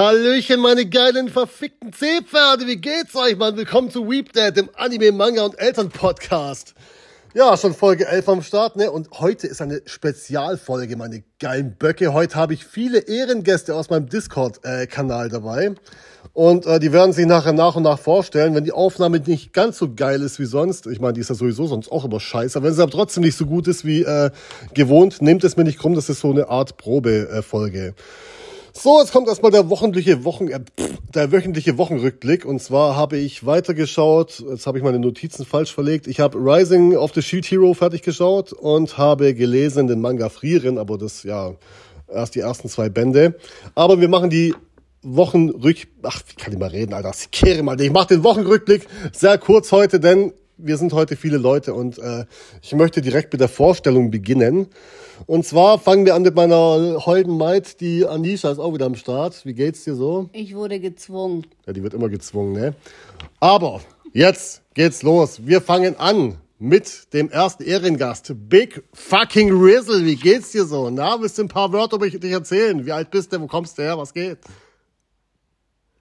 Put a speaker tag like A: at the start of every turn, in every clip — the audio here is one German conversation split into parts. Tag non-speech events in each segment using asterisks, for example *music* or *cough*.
A: Hallöchen, meine geilen, verfickten Seepferde, wie geht's euch, Mann? Willkommen zu Weep Dad, dem Anime, Manga und Eltern-Podcast. Ja, schon Folge 11 am Start, ne? Und heute ist eine Spezialfolge, meine geilen Böcke. Heute habe ich viele Ehrengäste aus meinem Discord-Kanal dabei. Und äh, die werden sich nachher nach und nach vorstellen, wenn die Aufnahme nicht ganz so geil ist wie sonst. Ich meine, die ist ja sowieso sonst auch immer scheiße. Aber wenn sie aber trotzdem nicht so gut ist wie äh, gewohnt, nehmt es mir nicht krumm. Das ist so eine Art Probefolge. So, jetzt kommt erstmal der wöchentliche Wochen, äh, pff, der wöchentliche Wochenrückblick. Und zwar habe ich weitergeschaut. Jetzt habe ich meine Notizen falsch verlegt. Ich habe Rising of the Shield Hero fertig geschaut und habe gelesen den Manga Frieren, aber das ja erst die ersten zwei Bände. Aber wir machen die Wochenrück, ach, ich kann nicht mal reden, Alter, ich kehre mal. Ich mache den Wochenrückblick sehr kurz heute, denn wir sind heute viele Leute und äh, ich möchte direkt mit der Vorstellung beginnen. Und zwar fangen wir an mit meiner holden Maid, die Anisha ist auch wieder am Start. Wie geht's dir so?
B: Ich wurde gezwungen.
A: Ja, die wird immer gezwungen, ne? Aber jetzt geht's los. Wir fangen an mit dem ersten Ehrengast, Big fucking Rizzle. Wie geht's dir so? Na, willst du ein paar Wörter über dich erzählen? Wie alt bist du? Wo kommst du her? Was geht?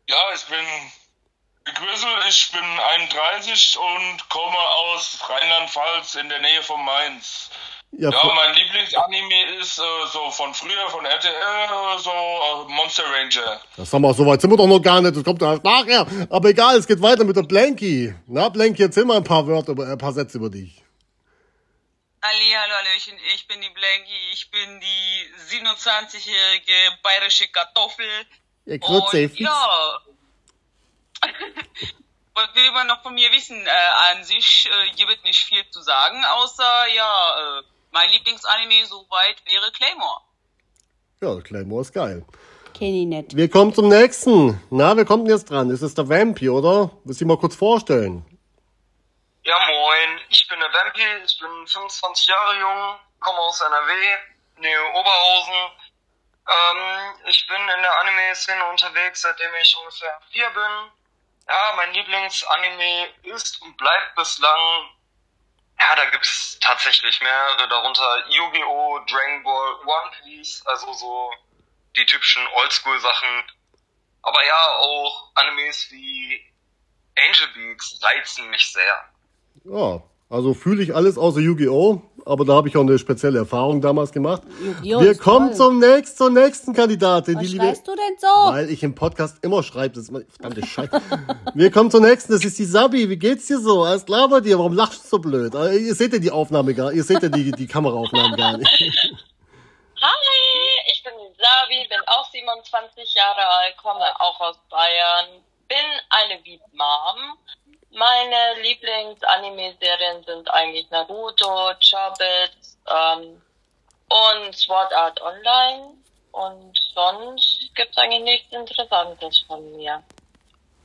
C: Ja, ich bin Grizzle, ich bin 31 und komme aus Rheinland-Pfalz in der Nähe von Mainz.
A: Ja,
C: Ja,
A: fu-
C: mein Lieblingsanime ist äh, so von früher, von RTL, äh, so äh, Monster Ranger.
A: das haben wir so weit sind wir doch noch gar nicht. Das kommt erst nachher. Aber egal, es geht weiter mit der Blanky. Na, Blanky, erzähl mal ein paar Wörter, über- äh, ein paar Sätze über dich.
D: Ali, hallo, hallöchen, ich bin die Blanky, ich bin die 27-jährige bayerische Kartoffel.
A: Oh, Ja,
D: Und ja, *laughs* was will man noch von mir wissen? Äh, an sich äh, gibt nicht viel zu sagen, außer, ja, äh, mein Lieblingsanime soweit wäre Claymore.
A: Ja, Claymore ist geil.
B: Kenn ich nicht.
A: Wir kommen zum nächsten. Na, wer kommt denn jetzt dran? Ist es der Vampi, oder? Willst du ihn mal kurz vorstellen?
E: Ja, moin, ich bin der Vampi, ich bin 25 Jahre jung, komme aus NRW, Nähe Oberhausen. Ähm, ich bin in der Anime-Szene unterwegs, seitdem ich ungefähr vier bin. Ja, mein Lieblingsanime ist und bleibt bislang. Ja, da gibt's tatsächlich mehrere, darunter Yu-Gi-Oh!, Dragon Ball, One Piece, also so die typischen Oldschool-Sachen. Aber ja, auch Animes wie Angel Beats reizen mich sehr.
A: Ja, also fühle ich alles außer Yu-Gi-Oh! Aber da habe ich auch eine spezielle Erfahrung damals gemacht.
B: Yu-Gi-Oh!
A: wir
B: ist
A: kommen
B: toll.
A: zum nächsten, zur nächsten Kandidatin.
B: Was
A: die liebe,
B: schreist du denn so?
A: weil ich im Podcast immer schreibe, das ist meine verdammte Scheiße. wir kommen zur nächsten, das ist die Sabi. Wie geht's dir so? Alles klar bei dir? Warum lachst du so blöd? Äh, Ihr seht ja die Aufnahme gar ihr seht ja die, die Kameraaufnahmen gar nicht.
F: Hi, ich bin die Sabi, bin auch 27 Jahre alt, komme auch aus Bayern, bin eine Beat-Mom. Meine Lieblings-Anime-Serien sind eigentlich Naruto, Chobits ähm, und Sword Art Online. Und sonst gibt's eigentlich nichts Interessantes von mir.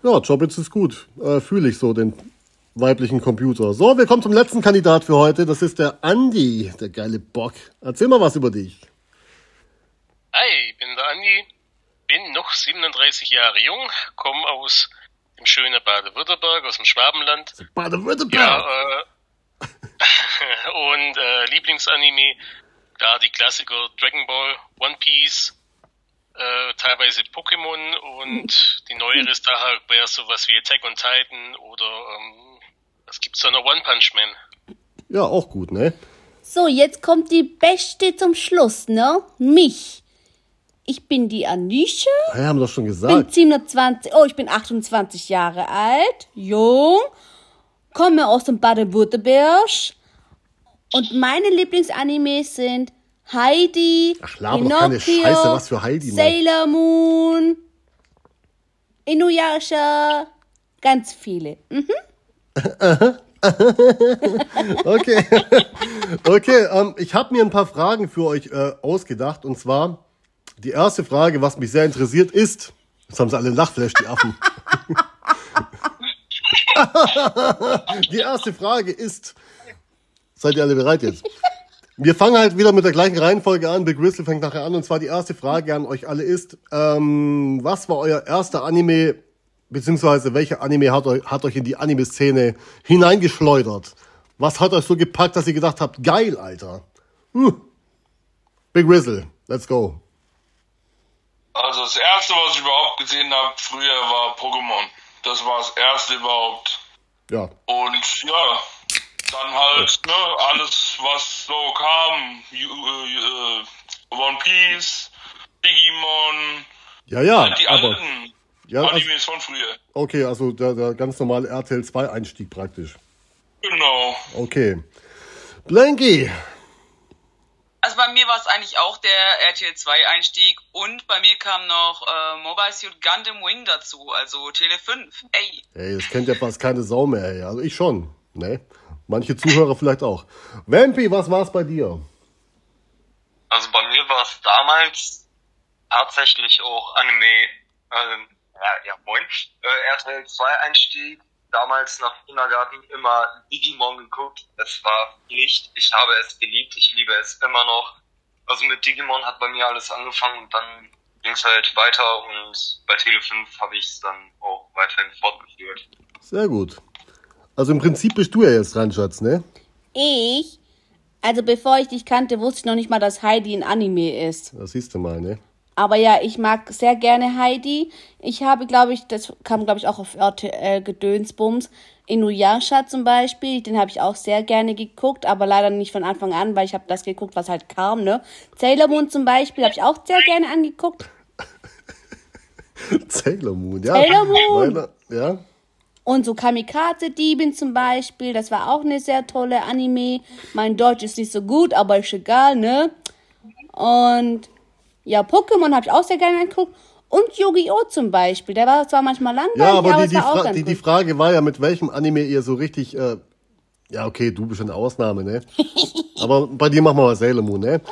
A: Ja, Jobitz ist gut. Äh, Fühle ich so den weiblichen Computer. So, wir kommen zum letzten Kandidat für heute. Das ist der Andi, der geile Bock. Erzähl mal was über dich.
G: Hi, ich bin der Andi, bin noch 37 Jahre jung, komme aus dem schönen Baden-Württemberg, aus dem Schwabenland.
A: Baden-Württemberg.
G: Ja, äh, *laughs* und äh, Lieblingsanime, da die Klassiker Dragon Ball, One Piece, äh, teilweise Pokémon und die neuere Sache wäre sowas wie Attack on Titan oder ähm, was gibt's da noch? One Punch Man.
A: Ja, auch gut, ne?
B: So, jetzt kommt die Beste zum Schluss, ne? Mich. Ich bin die Anisha,
A: Ah, Ja, haben wir doch schon
B: bin
A: gesagt.
B: 27, oh, ich bin 28 Jahre alt, jung, komme aus dem Baden-Württemberg und meine Lieblingsanimes sind Heidi,
A: Ach, laber doch keine
B: Pinocchio,
A: Scheiße, was für Heidi, ne? Mann.
B: Sailor Moon, Inuyasha, ganz viele. Mhm.
A: Okay. *laughs* okay, ähm, ich habe mir ein paar Fragen für euch äh, ausgedacht. Und zwar, die erste Frage, was mich sehr interessiert, ist. Jetzt haben sie alle einen Lachflash, die Affen. *laughs* die erste Frage ist. Seid ihr alle bereit jetzt? Wir fangen halt wieder mit der gleichen Reihenfolge an. Big Whistle fängt nachher an. Und zwar die erste Frage an euch alle ist, ähm, was war euer erster Anime, beziehungsweise welcher Anime hat euch, hat euch in die Anime-Szene hineingeschleudert? Was hat euch so gepackt, dass ihr gedacht habt, geil, Alter? Hm. Big Whistle, let's go.
E: Äh,
C: Also das erste, was ich überhaupt gesehen habe früher, war Pokémon. Das war das erste überhaupt.
A: Ja.
C: Und ja, dann halt, ne, alles, was so kam. Ju- äh, äh, One Piece, Digimon,
A: Ja, ja,
C: die
A: aber.
C: alten
A: Ja, also,
C: Animes von früher.
A: okay, also der, der ganz normale RTL 2 Einstieg praktisch.
C: Genau.
A: Okay. Blanky,
D: Also bei mir war es eigentlich auch der RTL 2 Einstieg und bei mir kam noch äh, Mobile Suit Gundam Wing dazu, also Tele 5. Ey,
A: Ey, das kennt ja fast keine Sau mehr, ey. Also ich schon. Ne? Manche Zuhörer vielleicht auch. Vampy, was war's bei dir?
E: Also bei mir war es damals tatsächlich auch Anime, ähm, ja, ja moin, äh, RTL 2 Einstieg, damals nach Kindergarten immer Digimon geguckt. Es war Pflicht, ich habe es geliebt, ich liebe es immer noch. Also mit Digimon hat bei mir alles angefangen und dann ging es halt weiter und bei Tele 5 habe ich es dann auch weiterhin fortgeführt.
A: Sehr gut. Also im Prinzip bist du ja jetzt dran, Schatz, ne?
B: Ich, also bevor ich dich kannte, wusste ich noch nicht mal, dass Heidi ein Anime ist.
A: Das siehst du mal, ne? *laughs*
B: Aber ja, ich mag sehr gerne Heidi. Ich habe, glaube ich, das kam, glaube ich, auch auf RTL Gedönsbums. Inuyasha zum Beispiel, den habe ich auch sehr gerne geguckt, aber leider nicht von Anfang an, weil ich habe das geguckt, was halt kam, ne? Sailor Moon zum Beispiel habe ich auch sehr gerne angeguckt.
A: Sailor Moon, ja.
B: Sailor Moon!
A: Leider- Ja.
B: Und so Kamikaze-Diebin zum Beispiel, das war auch eine sehr tolle Anime. Mein Deutsch ist nicht so gut, aber ist egal, ne? Und ja, Pokémon habe ich auch sehr gerne angeguckt. Und Yu-Gi-Oh! zum Beispiel. Der war zwar manchmal langweilig,
A: Ja, aber die,
B: es
A: die,
B: war auch
A: Fra
B: ganz
A: die, die
B: gut.
A: Frage war ja, mit welchem Anime ihr so richtig. Äh, ja, okay, du bist eine Ausnahme,
B: *laughs*
A: ne? Aber bei dir machen wir mal Sailor Moon, ne?
B: Oh!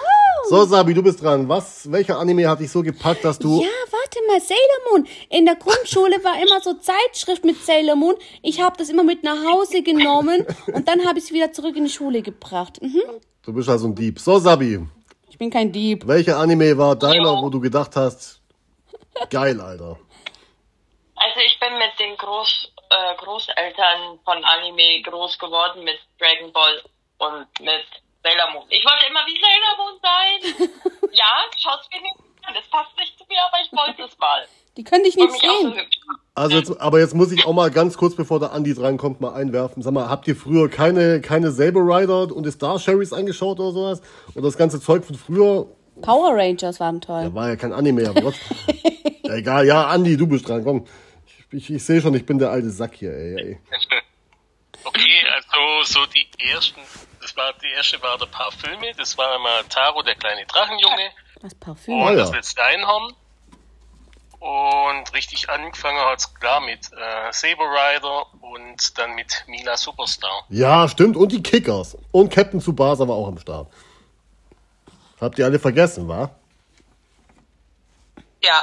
A: So, Sabi, du bist dran. Was, welcher Anime hat dich so gepackt, dass du.
B: Ja, warte mal, Sailor Moon. In der Grundschule war immer so Zeitschrift mit Sailor Moon. Ich habe das immer mit nach Hause genommen und dann habe ich es wieder zurück in die Schule gebracht. Mhm.
A: Du bist also ein Dieb. So, Sabi,
B: Ich bin kein Dieb.
A: Welcher Anime war deiner, wo du gedacht hast, geil, Alter?
F: Also ich bin mit den Groß, äh, Großeltern von Anime groß geworden mit Dragon Ball und mit Sailor Moon. Ich wollte immer wie Sailor Moon sein. ja, schaut's mir nicht an. Das passt nicht zu mir, aber ich wollte es mal.
B: Die können dich
F: Und
B: nicht
F: mich auch so
B: sehen.
F: hübsch. machen.
A: Also jetzt, aber jetzt muss ich auch mal ganz kurz, bevor der Andi drankommt, mal einwerfen. Sag mal, habt ihr früher keine, keine Saber Rider und die Star Sherries angeschaut oder sowas? Oder das ganze Zeug von früher?
B: Power Rangers waren toll.
A: Da war ja kein Anime, aber trotzdem.
B: *laughs*
A: Ja, Egal, ja, Andi, du bist dran, komm. Ich, ich, ich sehe schon, ich bin der alte Sack hier, ey. ey.
G: Okay, also so die ersten, das war die erste war der paar Filme, das war einmal Taro, der kleine Drachenjunge
B: Das
G: und
B: Parfüm.
A: Ah, ja.
G: das letzte Einhorn. Und richtig angefangen hat's klar mit äh, Saber Rider und dann mit Mila Superstar.
A: Ja, stimmt. Und die Kickers. Und Captain Tsubasa war auch am Start. Habt ihr alle vergessen, wa?
D: ja.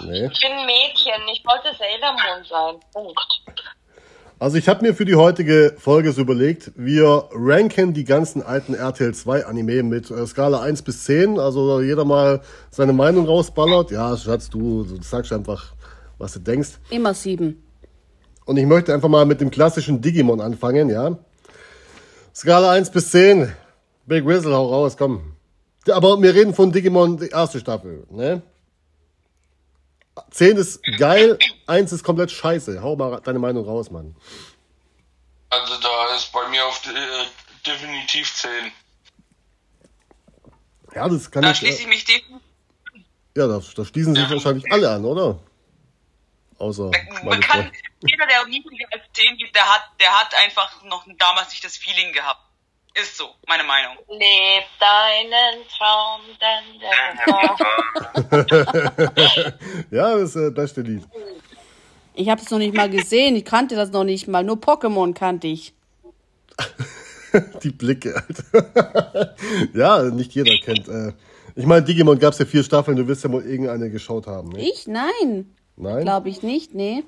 A: Nee.
F: Ich bin ein Mädchen. Ich wollte Sailor Moon sein. Punkt.
A: Also ich habe mir für die heutige Folge so überlegt, wir ranken die ganzen alten RTL 2 Anime mit äh, Skala 1 bis 10, also jeder mal seine Meinung rausballert. Ja, Schatz, du, du sagst einfach, was du denkst.
B: Immer sieben.
A: Und ich möchte einfach mal mit dem klassischen Digimon anfangen, ja. Skala 1 bis 10, Big Rizzle, hau raus, komm. Aber wir reden von Digimon, die erste Staffel, ne? 10 ist geil, 1 ist komplett scheiße. Hau mal deine Meinung raus, Mann.
C: Also da ist bei mir auf äh, definitiv 10.
A: Ja, das kann
D: Da
A: ich... äh,
D: schließe ich mich dem
A: Ja, da, da schließen sich wahrscheinlich alle an, oder? Außer meine Frau.
D: bekannt. Jeder, der niedriger als 10 gibt, der hat, der hat einfach noch damals nicht das Feeling gehabt. Ist so, meine Meinung.
F: Leb deinen Traum, denn der
A: Ja, das ist äh, beste Lied.
B: Ich habe es
A: *laughs*
B: noch nicht mal gesehen. Ich kannte das noch nicht mal. Nur Pokémon kannte ich.
A: Die Blicke, Alter. *laughs* ja, nicht jeder kennt. Äh, ich meine, Digimon gab es ja vier Staffeln, du wirst ja mal irgendeine geschaut haben. Ne?
B: Ich? Nein.
A: Nein?
B: Glaube ich nicht, nee.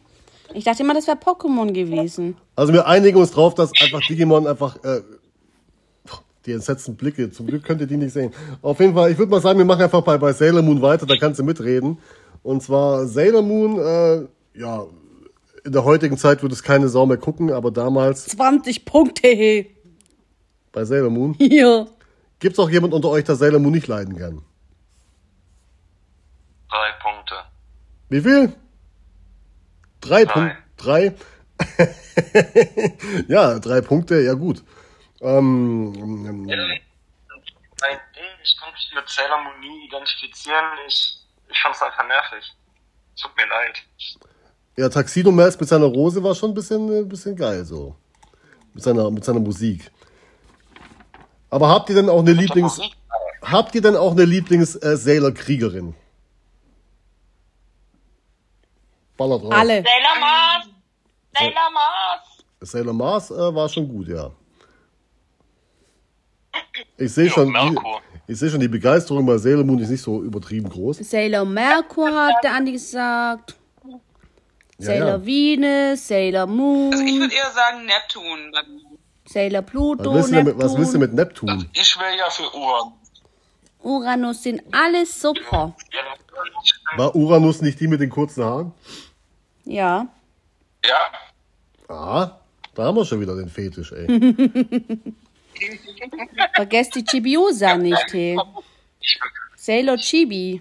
B: Ich dachte immer, das wäre Pokémon gewesen.
A: Also wir einigen uns drauf, dass einfach Digimon einfach. Äh, die entsetzten Blicke, zum Glück könnt ihr die nicht sehen. Auf jeden Fall, ich würde mal sagen, wir machen einfach bei, bei Sailor Moon weiter, da kannst du mitreden. Und zwar Sailor Moon, äh, ja, in der heutigen Zeit würde es keine Sau mehr gucken, aber damals
B: 20 Punkte, hey.
A: bei Sailor Moon.
B: Hier.
A: Gibt es auch jemand unter euch, der Sailor Moon nicht leiden kann?
E: Drei
A: Wie viel? Drei Punkte. Drei. *laughs* ja, drei Punkte, ja gut. Ähm, ähm,
E: Nein, ich kann mich mit Sailor Moon nie identifizieren. Ich, ich fand's einfach nervig. Tut mir leid.
A: ja, Tuxedo Mask mit seiner Rose war schon ein bisschen, äh, ein bisschen geil so. Mit seiner, mit seiner Musik. Aber habt ihr denn auch eine Lieblings... Habt ihr denn auch eine äh, Lieblings-Sailor-Kriegerin? Ballert raus.
B: Oh. Alle.
F: Sailor Mars! Sailor Mars!
A: Sailor Mars äh, war schon gut, ja. Ich sehe schon, die,
G: Merkur.
A: ich sehe schon, die Begeisterung bei Sailor Moon ist nicht so übertrieben groß.
B: Sailor Merkur hat der Andi gesagt. Sailor
A: ja.
B: Venus, Sailor Moon,
D: Also ich würde eher sagen Neptun.
B: Sailor
A: Was
B: Pluto,
A: willst, du denn mit, was
B: Neptun,
A: willst du mit Neptun?
C: Ich wäre ja für Uran.
B: Uranus sind alles super.
A: War Uranus nicht die mit den kurzen Haaren?
B: Ja.
C: Ja.
A: Ah, da haben wir schon wieder den Fetisch, ey. *laughs*
B: Vergesst die Chibiusa nicht, hey. Sailor Chibi.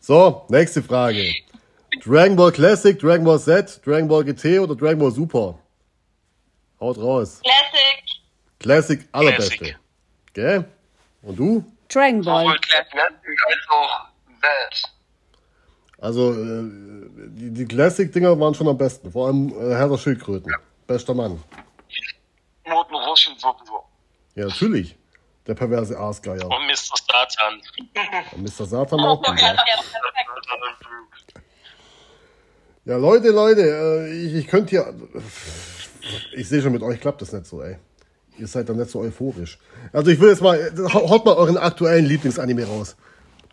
A: So, nächste Frage. Dragon Ball Classic, Dragon Ball Z, Dragon Ball GT oder Dragon Ball Super? Haut raus.
F: Classic!
A: Classic allerbeste.
G: Classic.
A: Gell? Und du?
B: Dragon Ball.
E: Sowohl Classic als auch Bad.
A: Also, äh, die, die Classic-Dinger waren schon am besten. Vor allem äh, Herr der Schildkröten. Bester Mann.
E: Noten Ruschen sowieso.
A: Ja, natürlich. Der perverse Aasgeier.
G: Und Mr. Satan.
A: Und Mr. Satan auch. gut, ja.
F: Oh, Ja, perfekt.
A: ja, Leute, Leute, äh, ich, ich könnte ja. Ich sehe schon, mit euch klappt das nicht so, ey. Ihr seid dann nicht so euphorisch. Also, ich will jetzt mal. hau- Haut mal euren aktuellen Lieblingsanime raus.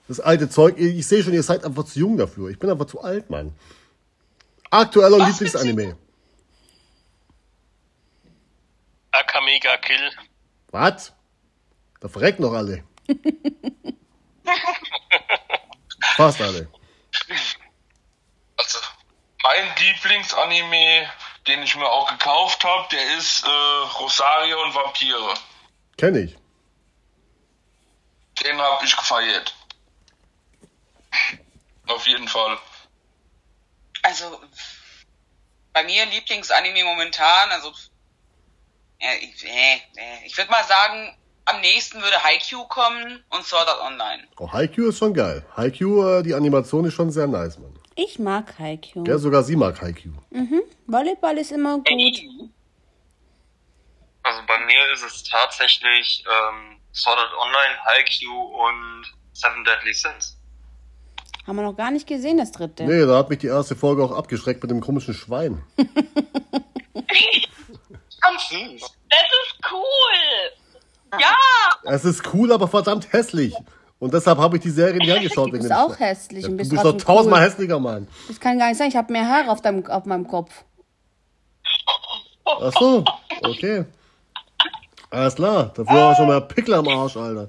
A: Das alte Zeug. Ich ich sehe schon, ihr seid einfach zu jung dafür. Ich bin einfach zu alt, Mann. Aktueller Lieblingsanime.
G: Akamega Kill.
A: Was? Da verrecken noch alle.
G: *laughs*
A: Fast alle.
C: Also, mein Lieblingsanime, den ich mir auch gekauft habe, der ist äh, Rosario und Vampire.
A: Kenne ich.
C: Den habe ich gefeiert. Auf jeden Fall.
D: Also bei mir Lieblingsanime momentan, also ja, ich, äh, äh, ich würde mal sagen, am nächsten würde Haikyuu kommen und Sword Art Online.
A: Oh, Haikyuu ist schon geil. Haikyuu, äh, die Animation ist schon sehr nice, Mann.
B: Ich mag Haikyuu.
A: Ja, sogar sie mag Haikyuu.
B: Volleyball ist immer gut.
D: *laughs*
E: Also bei mir ist es tatsächlich ähm, Sword Art Online, Haikyuu und Seven Deadly Sins.
B: Haben wir noch gar nicht gesehen, das dritte.
A: Nee, da hat mich die erste Folge auch abgeschreckt mit dem komischen Schwein.
B: *laughs*
E: Ganz süß.
F: Das ist cool!
A: Es ist cool, aber verdammt hässlich. Und deshalb habe ich die Serie nicht angeschaut.
B: Du bist
A: dem
B: auch
A: Schwein.
B: hässlich.
A: Ja,
B: und
A: du
B: bist
A: bist doch
B: trotzdem
A: tausendmal
B: cool.
A: hässlicher, Mann.
B: Das kann gar nicht sein. Ich habe mehr Haare auf, deinem, auf meinem Kopf.
A: Ach so, okay. Alles klar, dafür auch schon mal Pickel am Arsch, Alter.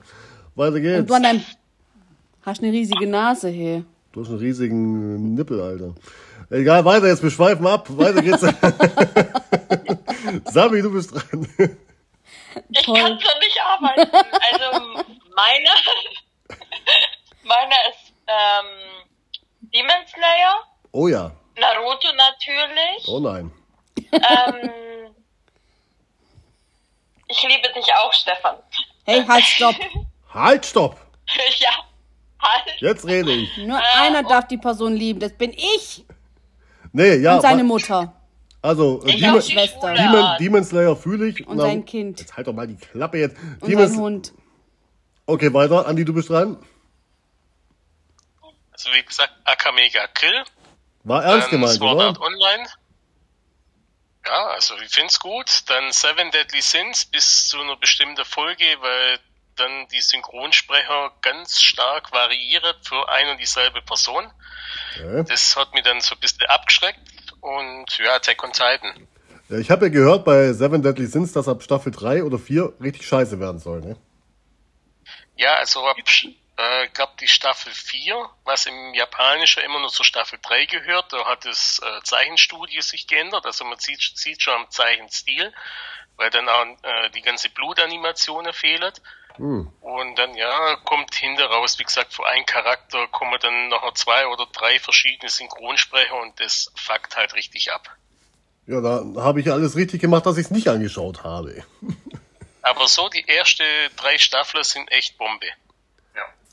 A: Weiter
B: Und
A: geht's.
B: du an deinem... Hast eine riesige Nase, hey.
A: Du hast einen riesigen Nippel, Alter. Egal, weiter, jetzt wir schweifen ab. Weiter
B: *laughs*
A: geht's. *laughs* Sami, du bist dran.
F: Ich
B: Toll.
F: kann so nicht arbeiten.
B: *laughs*
F: Also meine, *laughs* meine ist ähm, Demon Slayer,
A: Oh ja,
F: Naruto natürlich.
A: oh nein.
F: Ähm, ich liebe dich auch, Stefan. *laughs*
B: Hey, halt, stopp.
A: Halt, stopp!
F: ja, halt.
A: Jetzt rede ich.
B: Nur einer darf die Person lieben. Das bin ich
A: Nee, ja.
B: und seine
A: wa-
B: Mutter.
A: Also, äh,
F: Ich auch
A: Demon,
F: die
B: Schwester.
F: Schwule.
A: Demon, Demon Slayer fühle ich.
B: Und
A: Na,
B: sein Kind.
A: Jetzt halt doch mal die Klappe jetzt.
B: Und sein
A: Demon,
B: Hund.
A: okay, weiter. Andi, du bist dran.
G: Also wie gesagt, Akamega Kill.
A: War ernst gemeint,
G: Ähm, Sword
A: oder?
G: Art Online. Ja, also ich finde es gut. Dann Seven Deadly Sins bis zu einer bestimmten Folge, weil dann die Synchronsprecher ganz stark variieren für ein und dieselbe Person.
A: Okay.
G: Das hat mich dann so ein bisschen abgeschreckt. Und ja, Attack on Titan.
A: Ja, Ich habe ja gehört bei Seven Deadly Sins, dass ab Staffel 3 oder 4 richtig scheiße werden soll, ne?
G: Ja, also ab, äh, gab die Staffel 4, was im Japanischen immer nur zur Staffel 3 gehört. Da hat das äh, Zeichenstudio sich geändert. Also man sieht, sieht schon am Zeichenstil, weil dann auch äh, die ganze Blutanimationen fehlt. Und dann, ja, kommt hinter raus, wie gesagt, für einen Charakter kommen dann nachher zwei oder drei verschiedene Synchronsprecher und das fuckt halt richtig ab.
A: Ja, da habe ich ja alles richtig gemacht, dass ich es nicht angeschaut habe.
G: Aber so, die ersten drei Staffeln sind echt Bombe.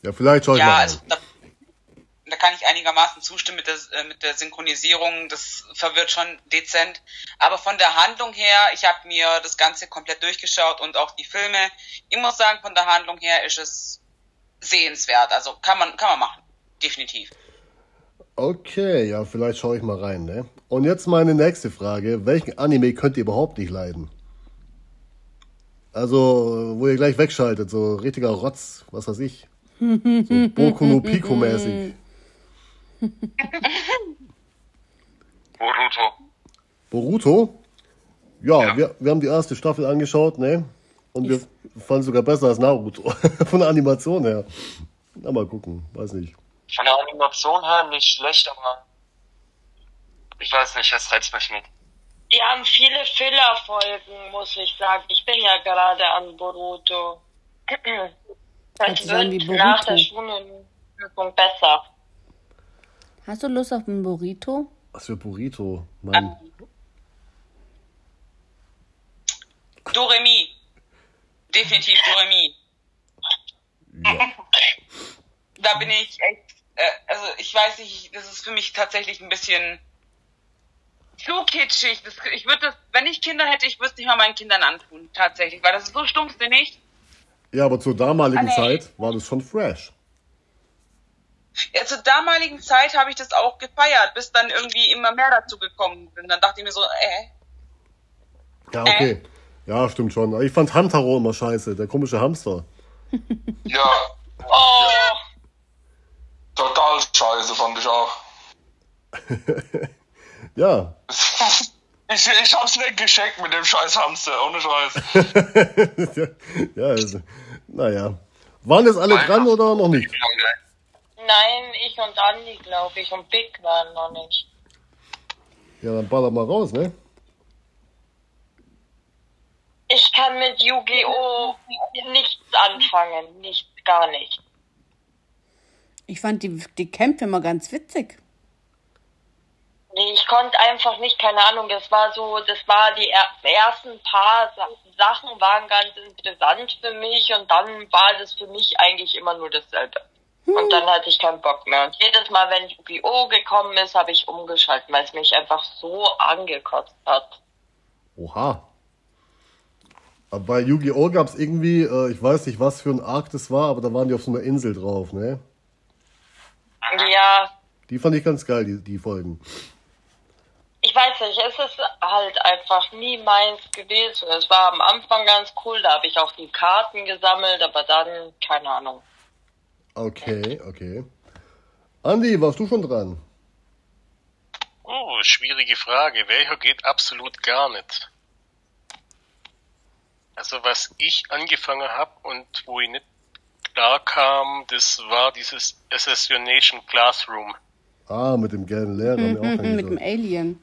A: Ja, vielleicht schaue ich
D: Ja,
A: mal
D: also
A: rein.
D: da, da kann ich einigermaßen zustimmen mit der, äh, mit der Synchronisierung. Das verwirrt schon dezent. Aber von der Handlung her, ich habe mir das Ganze komplett durchgeschaut und auch die Filme. Ich muss sagen, von der Handlung her ist es sehenswert. Also kann man, kann man machen. Definitiv.
A: Okay, ja, vielleicht schaue ich mal rein, ne? Und jetzt meine nächste Frage. Welchen Anime könnt ihr überhaupt nicht leiden? Also, wo ihr gleich wegschaltet, so richtiger Rotz, was weiß ich. So Boku no Pico mäßig.
E: Boruto.
A: Boruto? Ja, Wir, wir haben die erste Staffel angeschaut, ne? Und wir fanden es sogar besser als Naruto. *laughs* Von der Animation her. Na, mal gucken, weiß nicht.
E: Von der Animation her nicht schlecht, aber ich weiß nicht, das reizt mich nicht.
F: Die haben viele Filler-Folgen, muss ich sagen. Ich bin ja gerade an
B: *clears throat*
F: Boruto.
B: Kannst
F: Das
B: du sagen, wie
F: wird nach
B: Boruto?
F: der Schulenübung besser.
B: Hast du Lust auf einen Burrito?
A: Was für Burrito, Mann.
D: Doremi. Definitiv Doremi.
A: Ja.
D: *laughs* Da bin ich echt, äh, also ich weiß nicht, das ist für mich tatsächlich ein bisschen zu kitschig. Das, ich würde das, wenn ich Kinder hätte, ich würde es nicht mal meinen Kindern antun, tatsächlich, weil das ist so stumpfsinnig.
A: ja, aber zur damaligen
D: Ah, nee.
A: Zeit war das schon fresh.
D: Ja, zur damaligen Zeit habe ich das auch gefeiert, bis dann irgendwie immer mehr dazu gekommen sind. Dann dachte ich mir so, äh,
A: Ja, okay. Ja, stimmt schon. Ich fand Hamtaro immer scheiße, der komische Hamster.
C: Ja,
D: oh,
C: total scheiße fand ich auch.
A: Ja. *laughs*
C: Ich, ich hab's nicht gescheckt mit dem scheiß Hamster, ohne *laughs* Scheiß.
A: ja, also, naja. Waren jetzt alle dran oder noch nicht?
C: ne.
F: Nein, ich und Andi, glaube ich, und Big waren noch nicht.
A: Ja, dann baller mal raus, ne?
F: Ich kann mit Yu-Gi-Oh! nichts anfangen. Nichts, gar nicht.
B: Ich fand die, die Kämpfe immer ganz witzig.
A: *laughs*
F: Nee, ich konnte einfach nicht, keine Ahnung, das war so, das war die er ersten paar Sa Sachen waren ganz interessant für mich und dann war das für mich eigentlich immer nur dasselbe. Und dann hatte ich keinen Bock mehr. Und jedes Mal, wenn Yu-Gi-Oh! gekommen ist, habe ich umgeschalten, weil es mich einfach so angekotzt hat.
A: Oha. Aber bei Yu-Gi-Oh! gab es irgendwie, äh, ich weiß nicht, was für ein Arc das war, aber da waren die auf so einer Insel drauf, ne?
F: Ja,
A: Die fand ich ganz geil, die, die Folgen.
F: ich weiß nicht, es ist halt einfach nie meins gewesen. Es war am Anfang ganz cool, da habe ich auch die Karten gesammelt, aber dann, keine Ahnung.
A: Okay, okay. Andi, warst du schon dran?
G: Oh, schwierige Frage. Welcher geht absolut gar nicht? Also was ich angefangen habe und wo ich nicht klar kam, das war dieses Assassination Classroom.
A: Ah, mit dem gelben Lehrer. haben wir
D: *laughs*
A: auch
B: Mit dem
A: angeschaut.
B: Alien.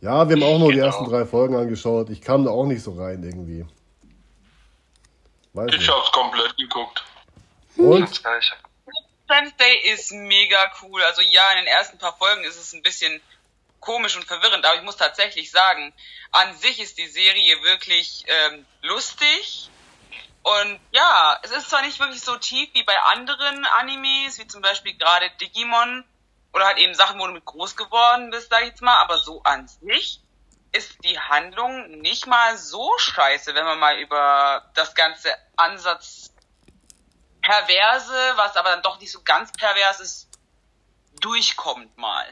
A: ja, wir haben auch nur die
G: Genau.
A: ersten drei Folgen angeschaut. Ich kam da auch nicht so rein irgendwie. Weiß
C: Ich
A: nicht.
C: hab's komplett geguckt.
A: Und?
E: Das Gleiche.
D: Wednesday ist mega cool. Also ja, in den ersten paar Folgen ist es ein bisschen komisch und verwirrend, aber ich muss tatsächlich sagen, an sich ist die Serie wirklich ähm, lustig. Und ja, es ist zwar nicht wirklich so tief wie bei anderen Animes, wie zum Beispiel gerade Digimon oder halt eben Sachen, wo du mit groß geworden bist, sag ich jetzt mal, aber so an sich ist die Handlung nicht mal so scheiße, wenn man mal über das ganze Ansatz perverse, was aber dann doch nicht so ganz pervers ist, durchkommt mal.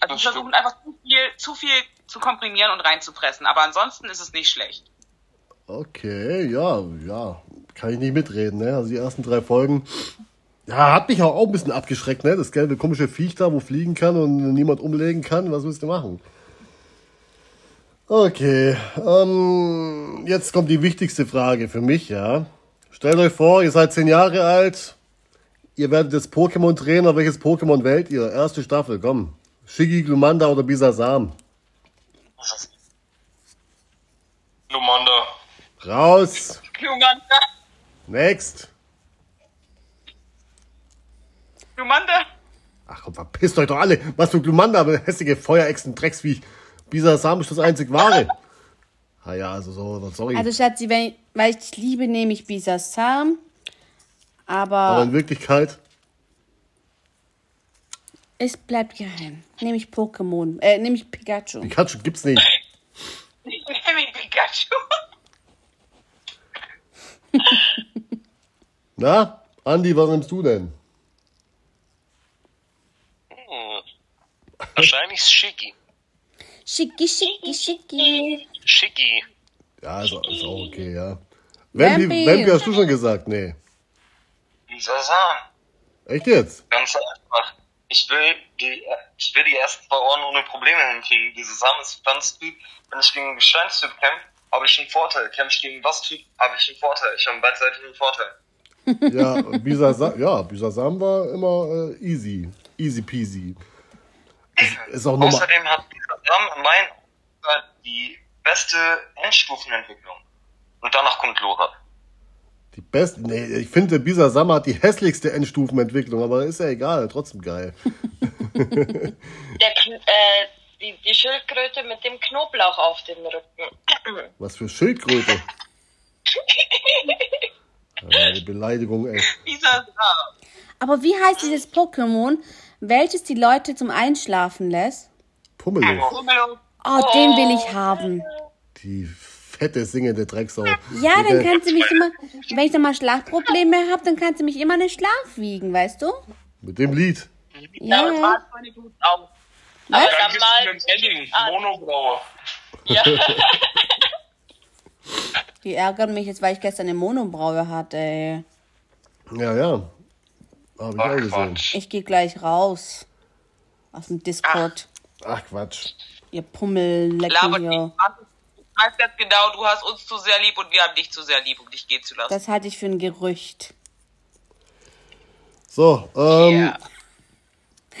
D: Also
C: das
D: sie versuchen
C: stimmt.
D: einfach zu viel, zu viel zu komprimieren und reinzupressen. Aber ansonsten ist es nicht schlecht.
A: Okay, ja, ja. Kann ich nicht mitreden, ne? Also die ersten drei Folgen. Ja, hat mich auch ein bisschen abgeschreckt, ne? Das gelbe komische Viech da, wo fliegen kann und niemand umlegen kann. Was willst du machen? Okay, ähm, jetzt kommt die wichtigste Frage für mich, ja. Stellt euch vor, ihr seid zehn Jahre alt. Ihr werdet jetzt Pokémon-Trainer. Welches Pokémon wählt ihr? Erste Staffel, komm. Shiggy, Glumanda oder Bisasam?
E: Das ist-
C: Lumanda.
A: Raus.
F: Jumanda.
A: Next.
F: Jumanda.
A: Ach komm, verpisst euch doch alle. Was für Glumanda, aber hässliche Feuerechsen, Drecksviech. Bisa Sam ist das einzig wahre. Ah ja, also so, sorry.
B: Also Schatzi, wenn ich, weil ich dich liebe, nehme ich Bisasam.
A: aber
B: Aber
A: in Wirklichkeit,
B: es bleibt geheim. Nehme ich Pokémon. Äh, nehme ich Pikachu.
A: Pikachu gibt's nicht.
D: Ich nehme Pikachu. *laughs*
A: Na, Andi, was nimmst du denn?
G: Hm. Wahrscheinlich Shiggy.
B: Schicki, schicki, schicki.
G: Shiggy.
A: Ja, ist, auch- ist auch okay, ja. Wempi,
B: Wempi.
A: Wempi hast du schon gesagt, nee.
E: Dieser Sam.
A: Echt jetzt?
E: Ganz einfach. Ich will die, ich will die ersten zwei Ohren ohne Probleme hinkriegen. Dieser Sam ist Pflanzentyp. Wenn ich gegen einen Gesteinstyp kämpfe, habe ich einen Vorteil. Kämpfe ich gegen was Typ, habe ich einen Vorteil. Ich habe einen beidseitigen Vorteil.
A: Ja, Bisa Sam, ja, Bisa Sam war immer äh, easy. Easy peasy. Ist, ist auch nochmal.
E: Außerdem hat dieser Sam in meinen Augen die beste Endstufenentwicklung. Und danach kommt Lora.
A: Die beste. Nee, ich finde, Bisa Sam hat die hässlichste Endstufenentwicklung, aber ist ja egal, trotzdem geil.
F: Der, Kn- äh, die, die Schildkröte mit dem Knoblauch auf dem Rücken. *clears throat*
A: Was für
C: *laughs*
A: Schildkröte. Ja, die Beleidigung, ey.
D: Dieser Sam.
B: Aber wie heißt dieses Pokémon, welches die Leute zum Einschlafen lässt?
A: Pummeluff.
D: Krümelung.
B: Oh, den will ich haben.
A: Die fette singende Drecksau.
B: Ja, dann
A: Digga,
B: kannst du mich immer, wenn ich dann mal Schlafprobleme habe, dann kannst du mich immer in den Schlaf wiegen, weißt du?
A: Mit dem Lied.
B: Ja.
F: das war so eine gute Augen.
B: Was?
F: Aber
C: Dann
F: dann
C: gibt's
F: mal
C: einen Edding, Monobraue.
B: Die ärgern mich jetzt, weil ich gestern eine Monobraue hatte. ey.
A: Ja, ja. Hab ich auch
C: Ach,
A: gesehen.
C: Quatsch.
B: Ich gehe gleich raus. Aus dem Discord.
A: Ach, Quatsch.
B: Ihr Pummel, lecker
D: Labert
B: hier.
D: nicht. Was? Ich weiß jetzt genau, du hast uns zu sehr lieb und wir haben dich zu sehr lieb, um dich gehen zu lassen.
B: Das halte ich für ein Gerücht.
A: So, ähm,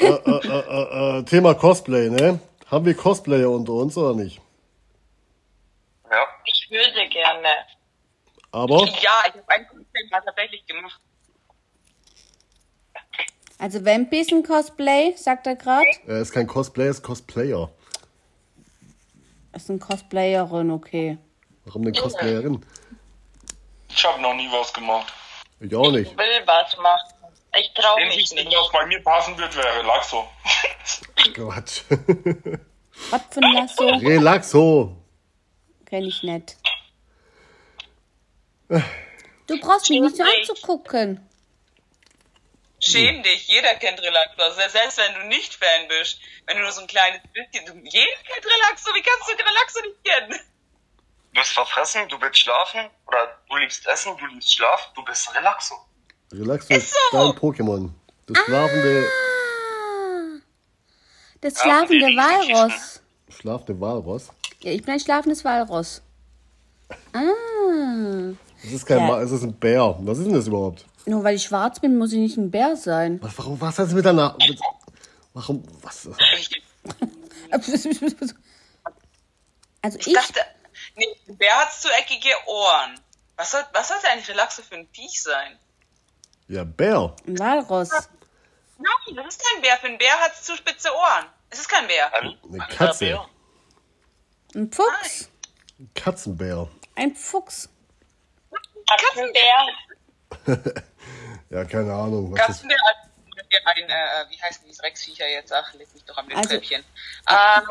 D: Ja.
A: äh, äh, Thema Cosplay, ne? Haben wir Cosplayer unter uns oder nicht?
E: Ja.
F: ich würde gerne.
A: Aber
D: Ja, ich habe einen Kunden mal tatsächlich gemacht.
B: Also Vampy ist ein Cosplay, sagt er gerade.
A: er äh, ist kein Cosplayer, er ist Cosplayer.
B: Ist ein Cosplayerin, okay.
A: Warum denn
C: Genau.
A: Cosplayerin?
C: Ich habe noch nie was gemacht.
A: Ich auch
C: *laughs*
A: nicht.
F: Ich will was machen. Ich traue
C: Wenn
F: mich
C: ich denn
F: nicht.
C: das bei mir passen wird, wäre Laxo.
A: Quatsch. *laughs*
B: Was für ein Lasso?
A: Relaxo.
B: Kenn ich nicht. Du brauchst mich nicht so anzugucken. Hm.
D: Schäm dich, jeder kennt Relaxo. Selbst wenn du nicht Fan bist, wenn du nur so ein kleines bisschen. Du, jeder kennt Relaxo, wie kannst du Relaxo nicht kennen?
E: Du bist verfressen, du willst schlafen, oder du liebst Essen, du liebst Schlaf, du bist Relaxo.
A: Relaxo ist dein Pokémon. Das schlafende,
B: Ah, Das schlafende Walross.
A: schlafende Walross.
B: Ja, ich bin ein schlafendes Walross. Ah.
A: Es ist kein
B: Ja.
A: Ma es ist ein Bär. Was ist denn das überhaupt?
B: Nur weil ich schwarz bin, muss ich nicht ein Bär sein.
A: *laughs* Was, warum, was hast du mit deiner... Mit, warum, was?
B: Also ich,
D: Ich dachte, nee, wer hat zueckige Ohren? Was soll, was sollte eigentlich Relaxo für ein Viech sein?
A: Ja, Bär.
B: ein Walross.
D: Nein, das ist kein Bär. Für einen Bär hat es zu spitze Ohren. Es ist kein Bär.
A: Eine Katze.
B: Ein Fuchs.
A: Katzenbär.
B: Ein Fuchs.
F: Katzenbär.
A: Ja, keine Ahnung. Was das,
D: Katzenbär als ein, äh, wie heißen die Drecksviecher jetzt? Ach, leg mich doch am
B: Also-
D: Treppchen. Ah,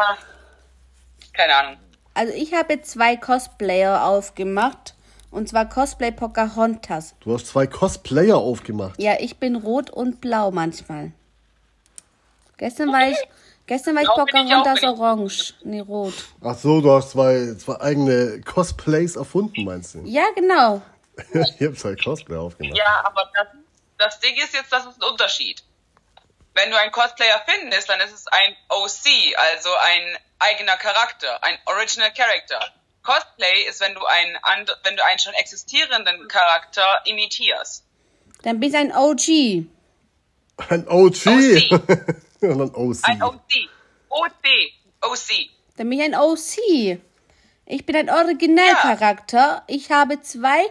D: keine Ahnung.
B: Also ich habe jetzt zwei Cosplayer aufgemacht. Und zwar Cosplay Pocahontas.
A: du hast zwei Cosplayer aufgemacht.
B: Ja, ich bin rot und blau manchmal. Gestern war ich, gestern war ich
D: Blau bin ich auch,
B: Pocahontas
D: wenn ich-
B: orange. Nee, rot.
A: Ach so, du hast zwei, zwei eigene Cosplays erfunden, meinst du? *laughs*
B: Ja, genau.
A: ich hab zwei Cosplay aufgemacht.
D: Ja, aber das, das Ding ist jetzt, das ist ein Unterschied. Wenn du einen Cosplayer findest, dann ist es ein OC, also ein eigener Charakter, ein Original Character. Cosplay ist, wenn du einen, and- wenn du einen schon existierenden Charakter imitierst.
B: Dann bin ich ein OG.
A: Ein OG.
D: OC.
A: *laughs* Und ein OC.
D: Ein OC. OC. OC.
B: Dann bin ich ein OC. Ich bin ein Originalcharakter. Ich habe zwei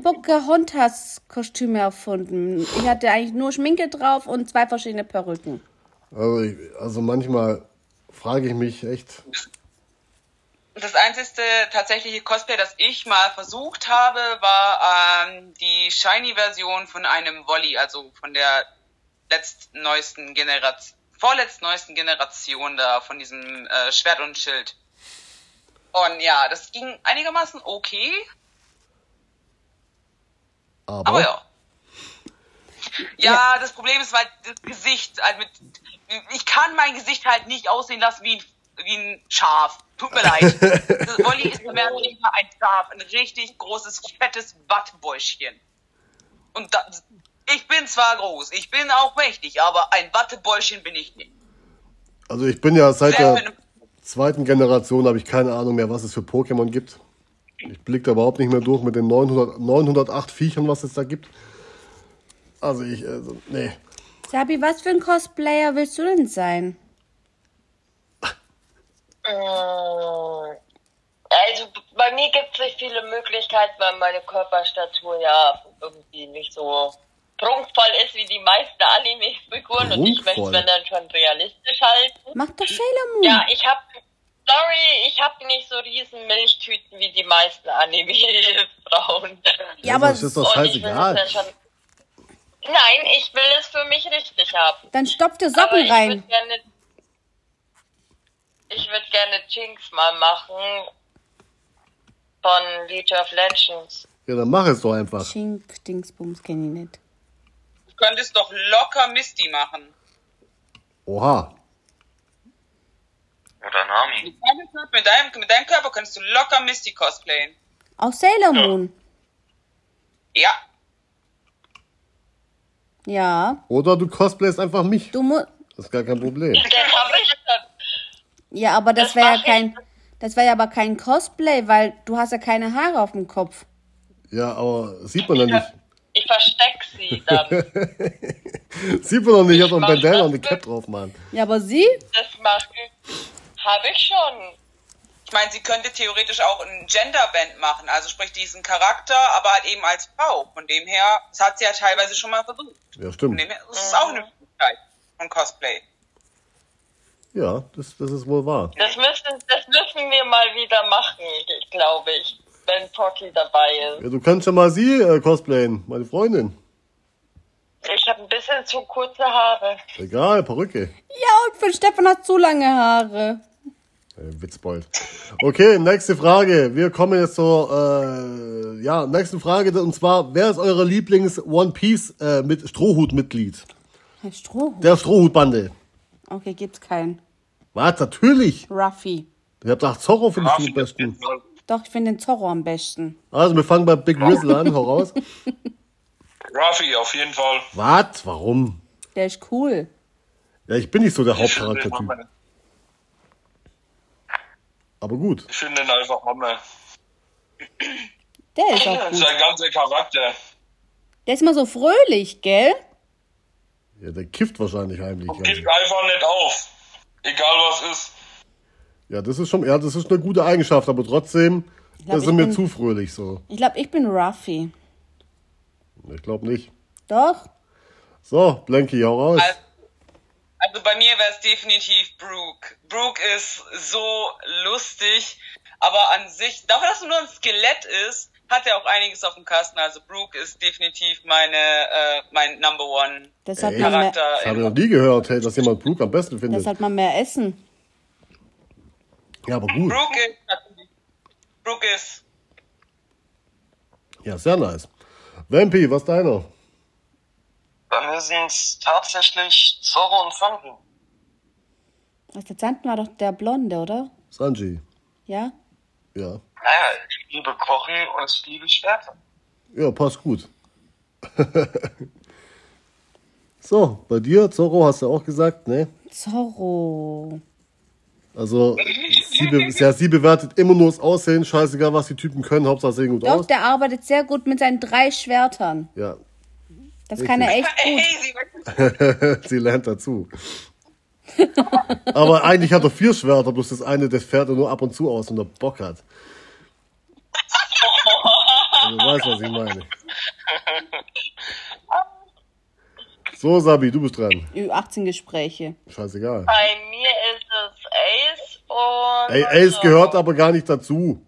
B: Pocahontas-Kostüme erfunden. Ich hatte eigentlich nur Schminke drauf und zwei verschiedene Perücken.
A: Also, ich, also manchmal frage ich mich echt.
D: Das einzige tatsächliche Cosplay, das ich mal versucht habe, war ähm, die Shiny-Version von einem Wolli, also von der letztneuesten Generation, vorletztneuesten Generation da von diesem äh, Schwert und Schild. Und ja, das ging einigermaßen okay,
A: Aber,
D: aber ja. Ja, das Problem ist halt das Gesicht. Halt mit, ich kann mein Gesicht halt nicht aussehen lassen wie ein, wie ein Schaf. Tut mir *laughs* leid. Das Olli ist mehr oder weniger ein Schaf. Ein richtig großes, fettes Wattebäuschchen. Und da, ich bin zwar groß, ich bin auch mächtig, aber ein Wattebäuschchen bin ich nicht.
A: also ich bin ja seit
D: Selbst
A: der
D: wenn-
A: zweiten Generation, habe ich keine Ahnung mehr, was es für Pokémon gibt. Ich blicke da überhaupt nicht mehr durch mit den 900, 908 Viechern, was es da gibt. Also ich, also, nee.
B: Sabi, was für ein Cosplayer willst du denn sein?
F: Mm, Also b- bei mir gibt es nicht viele Möglichkeiten, weil meine Körperstatur ja irgendwie nicht so prunkvoll ist wie die meisten Anime-Figuren und ich möchte es,
A: Prunkvoll?
F: wenn dann schon realistisch halten.
B: Mach doch Sailor Moon.
F: Ja, ich habe, sorry, ich habe nicht so riesen Milchtüten wie die meisten Anime-Frauen.
B: Ja, aber
A: das Also ist halt doch
F: Und ich will
A: scheißegal.
F: es ja schon- Nein, ich will es für mich richtig haben.
B: dann stopf dir
F: Aber
B: Socken
F: ich
B: rein.
F: würd gerne- Ich würde gerne Jinx mal machen. Von League of Legends.
A: Ja, dann mach es doch einfach.
B: Schink, Dingsbums, kenn ich nicht.
D: Du könntest doch locker Misty machen.
A: Oha.
E: Oder Nami.
D: Mit deinem, mit deinem Körper könntest du locker Misty cosplayen.
B: Auch Sailor Moon.
D: Ja.
B: Ja.
A: Oder du cosplayst einfach mich.
B: Du mu
A: Das ist gar kein Problem.
F: Das habe ich schon.
B: Ja, aber das
F: Das
B: wäre ja
F: mach
B: kein. Das wäre ja aber kein Cosplay, weil du hast ja keine Haare auf dem Kopf.
A: Ja, aber sieht man doch nicht. *laughs*
F: Ich verstecke sie dann.
A: Sieht man doch nicht, ich hab doch ein
F: mach
A: Bandana
F: das
A: und eine
F: mit-
A: Cap drauf, Mann.
B: Ja, aber sie?
F: Das mache Habe ich schon.
D: Ich meine, sie könnte theoretisch auch ein Genderband machen, also sprich diesen Charakter, aber halt eben als Frau. Von dem her, das hat sie ja teilweise schon mal versucht.
A: Ja,
D: Von
A: stimmt.
D: dem her, das ist auch eine Möglichkeit von Cosplay.
A: Ja, das, das ist wohl wahr.
F: Das müssen, das müssen wir mal wieder machen, glaube ich. Wenn Pocky dabei ist.
A: Ja, du kannst schon mal sie äh, cosplayen, meine Freundin.
F: Ich habe ein bisschen zu kurze Haare.
A: Egal, Perücke.
B: Ja, und für Stefan hat zu lange Haare.
A: Äh, Witzbold. Okay, nächste Frage. Wir kommen jetzt zur äh, ja, nächsten Frage. Und zwar, wer ist eure Lieblings-One Piece äh, mit Strohhut-Mitglied?
B: Ein Strohhut.
A: Der Strohhutbande.
B: Okay, gibt's keinen.
A: Was? Natürlich.
B: Ruffy.
A: Ich hab gedacht, Zorro finde ich am besten.
B: Doch, ich finde den Zorro am besten.
A: Also, wir fangen bei Big Grizzle an. Hau raus.
C: Ruffy, auf jeden Fall.
A: Was? Warum?
B: Der ist cool.
A: Ja, ich bin nicht so der
C: Ich finde den
A: Hauptcharaktertyp.
C: Hammer.
A: Aber gut.
C: Ich finde den einfach Hammer.
B: Der ist auch gut.
C: Sein ganzer Charakter.
B: Der ist immer so fröhlich, gell?
A: Ja, der kifft wahrscheinlich heimlich.
C: Gibt
A: Also.
C: einfach nicht auf. Egal was ist.
A: Ja, das ist schon, ja, das ist eine gute Eigenschaft, aber trotzdem
B: glaub,
A: äh, sind
B: ich
A: wir
B: bin-
A: zu fröhlich so.
B: Ich glaube, ich bin Ruffy.
A: Ich glaube nicht.
B: Doch?
A: So, Blanky, hau raus.
D: Also, also bei mir wäre es definitiv Brooke. Brooke ist so lustig, aber an sich, dafür, dass er nur ein Skelett ist, hat er auch einiges auf dem Kasten. Also Brooke ist definitiv meine, äh, mein Number One
B: Das hat,
A: Ey.
B: man mehr,
A: Das
D: Charakter.
A: habe
D: im-
A: ich noch nie gehört, hey, dass jemand Brooke am besten
B: das
A: findet.
B: hat man halt mehr Essen.
A: Ja, aber gut.
D: Brooke ist, Brooke ist
A: Ja, sehr nice. Vampy, was deiner?
E: Bei mir sind's tatsächlich Zorro und Sanken.
B: Was, der Sanden war doch der Blonde, oder?
A: Sanji.
B: Ja?
A: Ja.
E: Naja, ich liebe Kochen und ich liebe Schwerter.
A: Ja, passt gut. *laughs* so, bei dir, Zorro, hast du auch gesagt, ne?
B: Zorro.
A: Also, sie, be ja, sie bewertet immer nur das Aussehen, scheißegal, was die Typen können, Hauptsache sehen gut
B: Doch,
A: aus.
B: der arbeitet sehr gut mit seinen drei Schwertern.
A: Ja,
B: Das kann er echt gut.
D: Ey, sie
A: *laughs*
D: möchte-
A: sie lernt dazu. Aber eigentlich hat er vier Schwerter, bloß das eine, das fährt er nur ab und zu aus, wenn er Bock hat. Also, Du weißt, was ich meine. So, Sabi, du bist dran.
B: Ü18-Gespräche.
A: Scheißegal.
F: Bei mir ist es Ace und.
A: Ey, Ace gehört aber gar nicht dazu.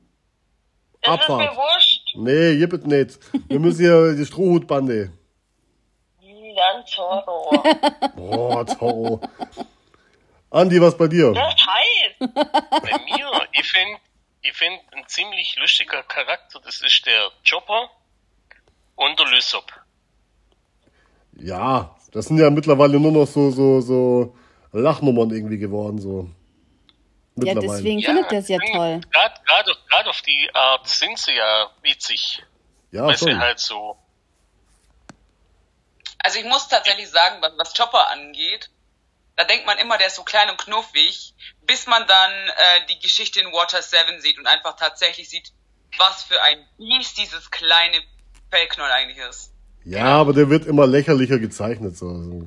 F: Das ist
A: Abfahrt.
F: mir wurscht.
A: Nee, gibt es nicht. Wir müssen hier die Strohhutbande.
F: Wie dann Zorro. *laughs*
A: Boah, Toro. Andi, was bei dir?
F: Das heißt,
G: Bei mir, ich finde ich find ein ziemlich lustiger Charakter, das ist der Chopper und der Lysop.
A: Ja, das sind ja mittlerweile nur noch so, so, so Lachnummern irgendwie geworden, so.
B: Ja,
A: Mittlerweile.
B: deswegen findet er es ja toll. *laughs*
G: Gerade auf die Art sind sie ja witzig,
A: Ja,
G: weil
A: schon.
G: sie halt so.
D: Also ich muss tatsächlich sagen, was, was Chopper angeht, da denkt man immer, der ist so klein und knuffig, bis man dann äh, die Geschichte in Water 7 sieht und einfach tatsächlich sieht, was für ein Biest dieses kleine Fellknoll eigentlich ist.
A: Ja, aber der wird immer lächerlicher gezeichnet, so. so.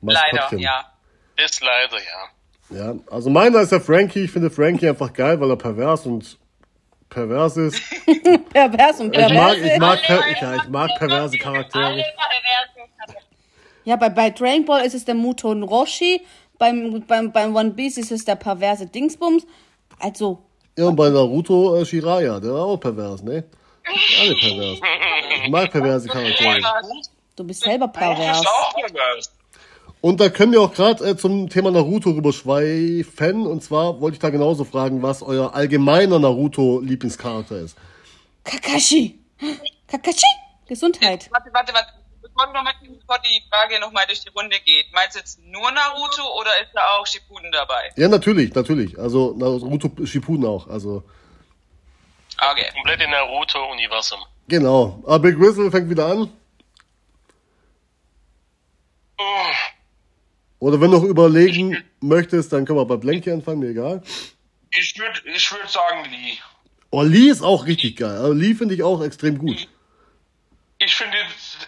D: Leider,
A: Maskottchen.
D: ja.
G: Das leider, ja.
A: Ja, also meiner ist ja Frankie. Ich finde Frankie einfach geil, weil er pervers und pervers
B: *laughs*
A: ist.
B: Pervers und
A: Ich mag, ich
B: pervers.
A: mag, per, ich, ja, ich mag perverse Charaktere.
F: alle perversen Charaktere.
B: Ja, bei, bei Dragon Ball ist es der Muton Roshi, beim, beim, beim One Piece ist es der perverse Dingsbums. Also,
A: Ja, und bei Naruto äh, Shiraya, der war auch pervers, ne? Alle pervers. Ich mag perverse Charaktere.
B: du bist selber
C: Das
B: pervers.
C: ist auch pervers.
A: Und da können wir auch gerade äh, zum Thema Naruto rüberschweifen. Und zwar wollte ich da genauso fragen, was euer allgemeiner Naruto-Lieblingscharakter ist.
B: Kakashi! Kakashi! Gesundheit.
D: Warte, warte, warte. Bevor, du noch mal, bevor die Frage nochmal durch die Runde geht, meinst du jetzt nur Naruto oder ist da auch Shippuden dabei?
A: Ja, natürlich, natürlich. Also Naruto Shippuden auch. Also
D: Okay.
G: Komplett in Naruto-Universum.
A: genau. Aber Big Whistle fängt wieder an. Oder wenn du noch überlegen möchtest, dann können wir bei Blanky anfangen, mir egal.
C: Ich würde ich würd sagen Lee.
A: Oh, Lee ist auch richtig geil. Also Lee finde ich auch extrem gut.
C: Ich finde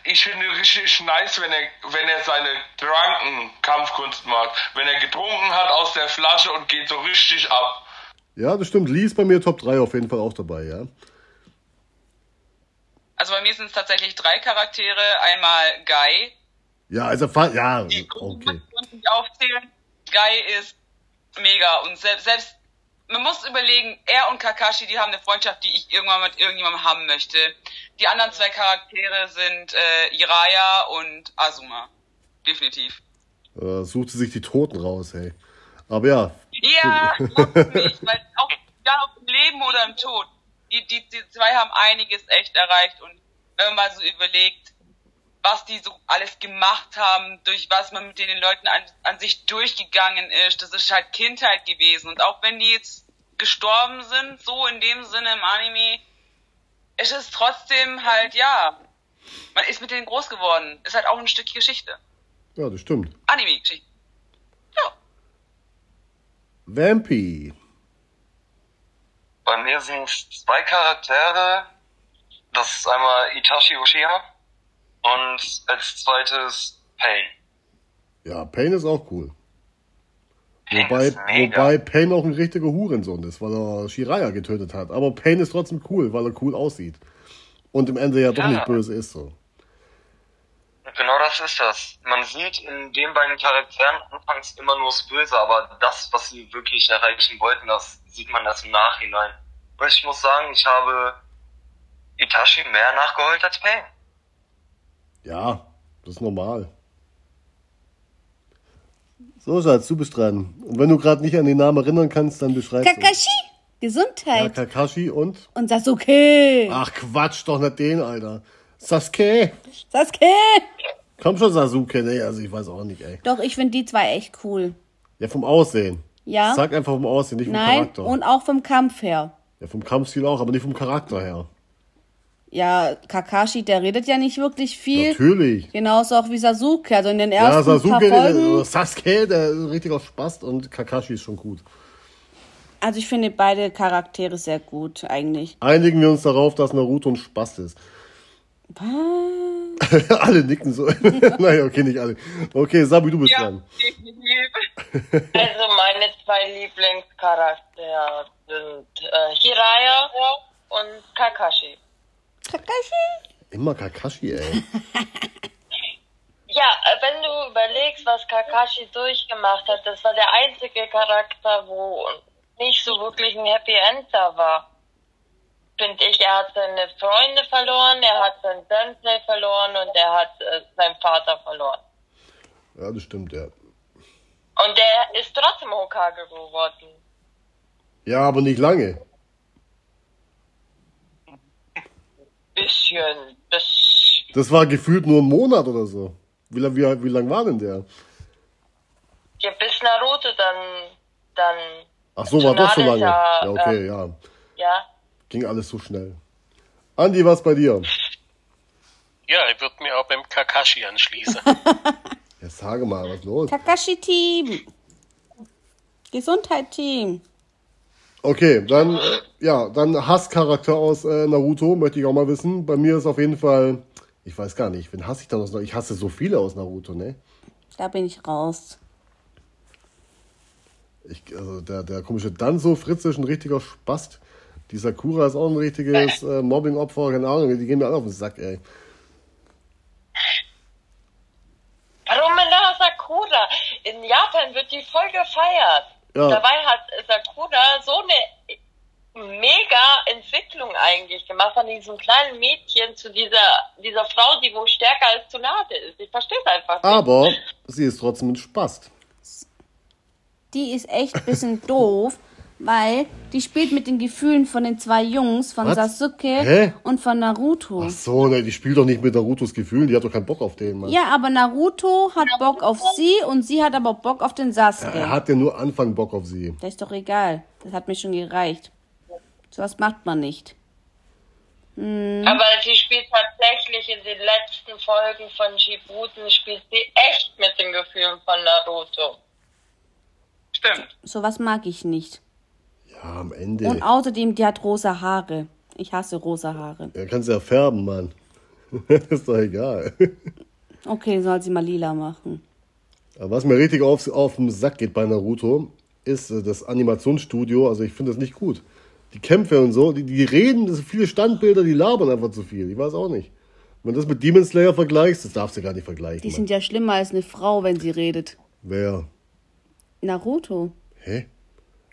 C: ich finde richtig nice, wenn er wenn er seine drunken Kampfkunst macht. Wenn er getrunken hat aus der Flasche und geht so richtig ab.
A: Ja, das stimmt. Lee ist bei mir Top 3 auf jeden Fall auch dabei, ja.
D: Also bei mir sind es tatsächlich drei Charaktere. Einmal Guy.
A: Ja, also, fa- ja, okay.
D: Okay. Ich aufzählen. Guy ist mega und selbst, selbst man muss überlegen, er und Kakashi, die haben eine Freundschaft, die ich irgendwann mit irgendjemandem haben möchte. Die anderen zwei Charaktere sind äh, Jiraiya und Azuma. Definitiv.
A: Äh, sucht sie sich die Toten raus, hey. Aber ja,
D: Ja, macht mich, weil auch egal ob im Leben oder im Tod, die, die, die zwei haben einiges echt erreicht und wenn man mal so überlegt, was die so alles gemacht haben, durch was man mit den Leuten an, an sich durchgegangen ist, das ist halt Kindheit gewesen und auch wenn die jetzt gestorben sind, so in dem Sinne im Anime, ist es trotzdem halt, ja, man ist mit denen groß geworden, ist halt auch ein Stück Geschichte,
A: ja, das stimmt.
D: Anime-Geschichte. Ja.
A: Vampy.
E: Bei mir sind es zwei Charaktere. Das ist einmal Itachi Uchiha und als zweites Pain.
A: Ja, Payne ist auch cool.
E: Pain
A: Wobei,
E: ist mega.
A: wobei Payne auch ein richtiger Hurensohn ist, weil er Shiraya getötet hat. Aber Payne ist trotzdem cool, weil er cool aussieht. Und im Ende ja doch
E: Ja.
A: nicht böse ist so.
E: Genau das ist das. Man sieht in den beiden Charakteren anfangs immer nur das Böse, aber das, was sie wirklich erreichen wollten, das sieht man erst im Nachhinein. Und ich muss sagen, ich habe Itachi mehr nachgeholt als Pain.
A: Ja, das ist normal. So, Schatz, du bist dran. Und wenn du gerade nicht an den Namen erinnern kannst, dann beschreib
B: Kakashi!
A: Ja, Ah.
B: Gesundheit.
A: Kakashi und...
B: Und Sasuke!
A: Ach, Quatsch, doch nicht den, Alter. Sasuke.
B: Sasuke!
A: Komm schon, Sasuke. Nee, also ich weiß auch nicht, ey.
B: Doch, ich finde die zwei echt cool.
A: Ja, vom Aussehen.
B: Ja.
A: Sag einfach vom Aussehen, nicht vom
B: Nein,
A: Charakter.
B: und auch vom Kampf her.
A: ja, vom Kampfstil auch, aber nicht vom Charakter her.
B: Ja, Kakashi, der redet ja nicht wirklich viel.
A: Natürlich.
B: Genauso auch wie Sasuke. Also in den ersten
A: Ja, Sasuke,
B: paar
A: der,
B: Folgen.
A: der- Sasuke, der ist ein richtiger Spast und Kakashi ist schon gut.
B: Also ich finde beide Charaktere sehr gut eigentlich.
A: Einigen wir uns darauf, dass Naruto ein Spast ist.
B: Was?
A: *laughs* alle nicken so. *laughs* naja, okay, nicht alle. Okay, Sabi, du bist dran.
D: definitiv.
F: Also meine zwei Lieblingscharaktere sind äh, Hiraya und Kakashi.
B: Kakashi?
A: Immer Kakashi, ey.
F: Ja, äh, wenn du überlegst, was Kakashi durchgemacht hat, das war der einzige Charakter, wo nicht so wirklich ein Happy End da war. Finde ich, er hat seine Freunde verloren, er hat seinen Sensei verloren und er hat äh, seinen Vater verloren.
A: Ja, das stimmt, ja.
F: Und er ist trotzdem Hokage geworden.
A: Ja, aber nicht lange.
F: Bisschen, bisschen.
A: Das war gefühlt nur ein Monat oder so. Wie, lang- wie, wie lang war denn der?
F: Ja, bis Naruto dann, dann,
A: Ach so, war doch so lange.
F: Tornado ist ja,
A: Ja, okay, ja.
F: ja.
A: Ging alles so schnell. Andi, was bei dir?
G: Ja, ich würde mir auch beim Kakashi anschließen.
A: Ja, sage mal, was ist los?
B: Kakashi-Team. Gesundheit-Team.
A: Okay, dann, äh, ja, dann Hasscharakter aus äh, Naruto, möchte ich auch mal wissen. Bei mir ist auf jeden Fall, ich weiß gar nicht, wen hasse ich dann aus Naruto? Ich hasse so viele aus Naruto, ne?
B: Da bin ich raus.
A: Ich, also der, der komische Danzo Fritze ist ein richtiger Spast. Die Sakura ist auch ein richtiges äh, Mobbing-Opfer, keine Ahnung, die gehen mir alle auf den Sack, ey.
F: Romana Sakura. In Japan wird die voll gefeiert.
A: Ja.
F: Dabei hat Sakura so eine mega Entwicklung eigentlich gemacht von diesem kleinen Mädchen zu dieser, dieser Frau, die wohl stärker als Tsunade ist. Ich verstehe es einfach nicht.
A: Aber sie ist trotzdem ein Spast.
B: Die ist echt ein
A: *laughs*
B: bisschen doof, weil die spielt mit den Gefühlen von den zwei Jungs, von
A: Was?
B: Sasuke
A: Hä?
B: und von Naruto.
A: Ach so, ne, die spielt doch nicht mit Narutos Gefühlen, die hat doch keinen Bock auf den, Mann.
B: Ja, aber Naruto hat Bock auf sie und sie hat aber Bock auf den Sasuke.
A: Er hat ja nur Anfang Bock auf sie.
B: Das ist doch egal. Das hat mir schon gereicht. Sowas macht man nicht.
F: Aber sie spielt tatsächlich in den letzten Folgen von Shibuten, spielt sie echt mit den Gefühlen von Naruto.
D: Stimmt.
B: Sowas mag ich nicht.
A: Ja, am Ende.
B: Und außerdem, die hat rosa Haare. Ich hasse rosa Haare.
A: Er kann sie ja färben, Mann. *laughs* ist doch egal.
B: Okay, soll sie mal lila machen.
A: Aber was mir richtig auf, auf den Sack geht bei Naruto, ist äh, das Animationsstudio. Also ich finde das nicht gut. Die Kämpfe und so, die, die reden, das sind viele Standbilder, die labern einfach zu viel. Ich weiß auch nicht. Wenn du das mit Demon Slayer vergleichst, das darfst du gar nicht vergleichen.
B: Die
A: Mann.
B: sind ja schlimmer als eine Frau, wenn sie redet.
A: Wer?
B: Naruto.
A: Hä?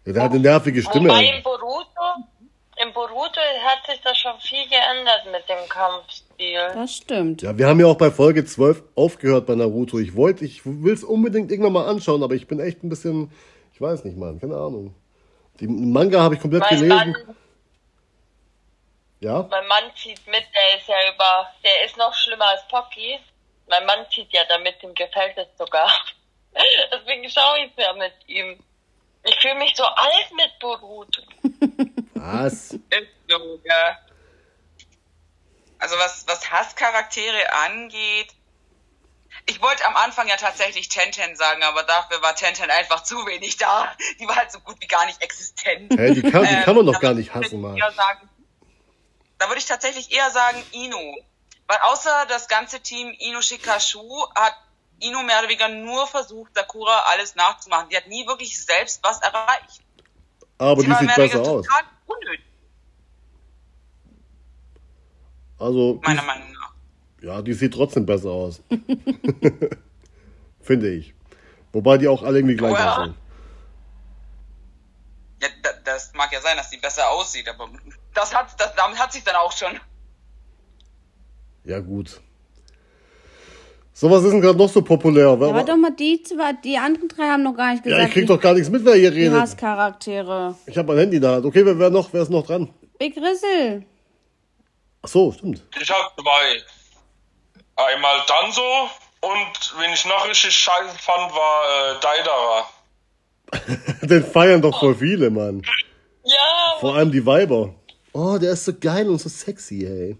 A: Ja, der hat eine nervige
B: oh
A: Stimme.
F: Wobei in Boruto, in Boruto hat sich das schon viel geändert mit dem Kampfstil.
B: Das stimmt.
A: Ja, wir haben ja auch bei Folge 12 aufgehört bei Naruto. Ich wollte, ich will es unbedingt irgendwann mal anschauen, aber ich bin echt ein bisschen, ich weiß nicht, Mann, keine Ahnung. Die Manga habe ich komplett
F: Mein
A: gelesen.
F: Mann,
A: Ja?
F: mein Mann zieht mit, der ist ja über, der ist noch schlimmer als Pocky. Mein Mann zieht ja damit, ihm gefällt es sogar. *laughs* Deswegen schaue ich ja mit ihm. Ich fühle mich so alt mit Boruto.
A: Was?
D: Ist so, ja. Also was, was Hasscharaktere angeht, ich wollte am Anfang ja tatsächlich Tenten sagen, aber dafür war Tenten einfach zu wenig da. Die war halt so gut wie gar nicht existent. Ähm,
A: Hä, die kann, die kann man
D: Äh,
A: doch gar nicht hassen,
D: hassen,
A: Mann.
D: Sagen, da würde ich tatsächlich eher sagen Inu. Weil außer das ganze Team Inu Shikashu hat Inu mehr oder weniger nur versucht, Sakura alles nachzumachen. Die hat nie wirklich selbst was erreicht.
A: Aber
D: Sie
A: die
D: war
A: sieht
D: mehr oder
A: besser
D: weniger
A: aus.
D: total unnötig,
A: Also,
D: meiner Meinung nach.
A: ja, die sieht trotzdem besser aus. *laughs* Finde ich. Wobei die auch alle irgendwie gleich
D: Oh ja.
A: aussehen.
D: Ja, da, das mag ja sein, dass die besser aussieht, aber das hat, das, damit hat sich dann auch schon.
A: Ja, gut. So, was ist denn gerade noch so populär?
B: Ja,
A: Aber-
B: aber doch mal die zwei, die anderen drei haben noch gar nicht gesagt.
A: ja, ich krieg doch gar nichts mit, wer hier
B: die
A: redet.
B: Hasscharaktere.
A: Ich habe mein Handy in der Hand. Okay, wer, wer, noch, wer ist noch dran?
B: Big Rizzle.
A: Ach so, stimmt. *laughs*
C: Ich hab zwei. Einmal Danzo und wen ich noch richtig scheiße fand, war äh, Daidara.
A: Den feiern doch voll viele, Mann.
F: Ja,
A: Vor allem die Weiber. Oh, der ist so geil und so sexy, ey.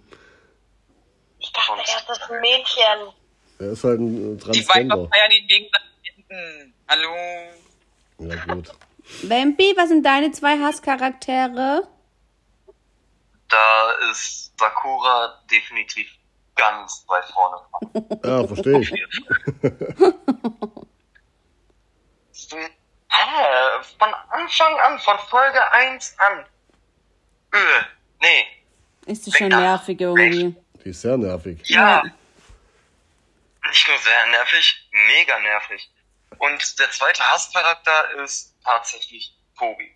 F: ich dachte erst, das ist ein Mädchen.
A: Der ist halt ein äh,
D: Die Weiber
A: Transgender.
D: feiern ihn wegen seinen Händen. Hallo.
A: Ja, gut.
B: Wempi, was sind deine zwei Hasscharaktere?
E: Da ist Sakura definitiv ganz weit vorne.
D: *laughs*
A: Ja, verstehe ich.
E: Hä? Von Anfang an, von Folge 1 an. Öh, Äh, nee.
B: Ist sie schon nervig irgendwie.
A: Die ist sehr nervig.
E: Ja. Nicht nur sehr nervig, mega nervig. Und der zweite Hasscharakter ist tatsächlich Tobi.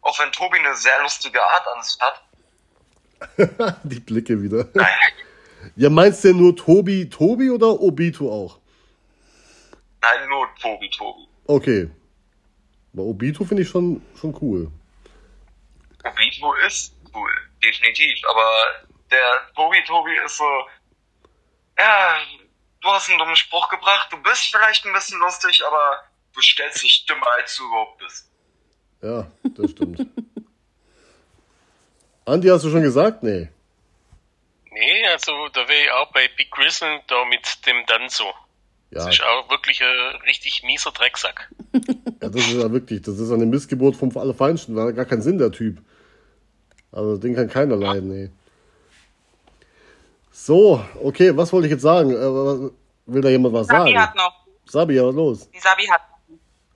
E: Auch wenn Tobi eine sehr lustige Art an sich hat.
A: *laughs* Die Blicke wieder. *laughs* Ja, meinst du denn nur Tobi Tobi oder Obito auch?
E: Nein, nur Tobi, Tobi.
A: Okay. Aber Obito finde ich schon, schon cool.
E: Obito ist cool, definitiv. Aber der Tobi, Tobi ist so, ja, du hast einen dummen Spruch gebracht, du bist vielleicht ein bisschen lustig, aber du stellst dich dümmer, als du überhaupt bist.
A: Ja, das
D: *laughs*
A: stimmt. Andi, hast du schon gesagt? Nee.
G: Nee, also da wäre ich auch bei Big Grizzle da mit dem Danzo.
A: Ja,
G: Das ist auch wirklich ein richtig mieser Drecksack.
A: ja, das ist ja wirklich, das ist eine Missgeburt vom Allerfeinsten, war gar kein Sinn, der Typ. Also den kann keiner leiden, nee. So, okay, was wollte ich jetzt sagen? Äh, was- Will da jemand was
D: Sabi hat
A: sagen?
D: noch.
A: Sabi, ja, los,
D: Die Sabi hat.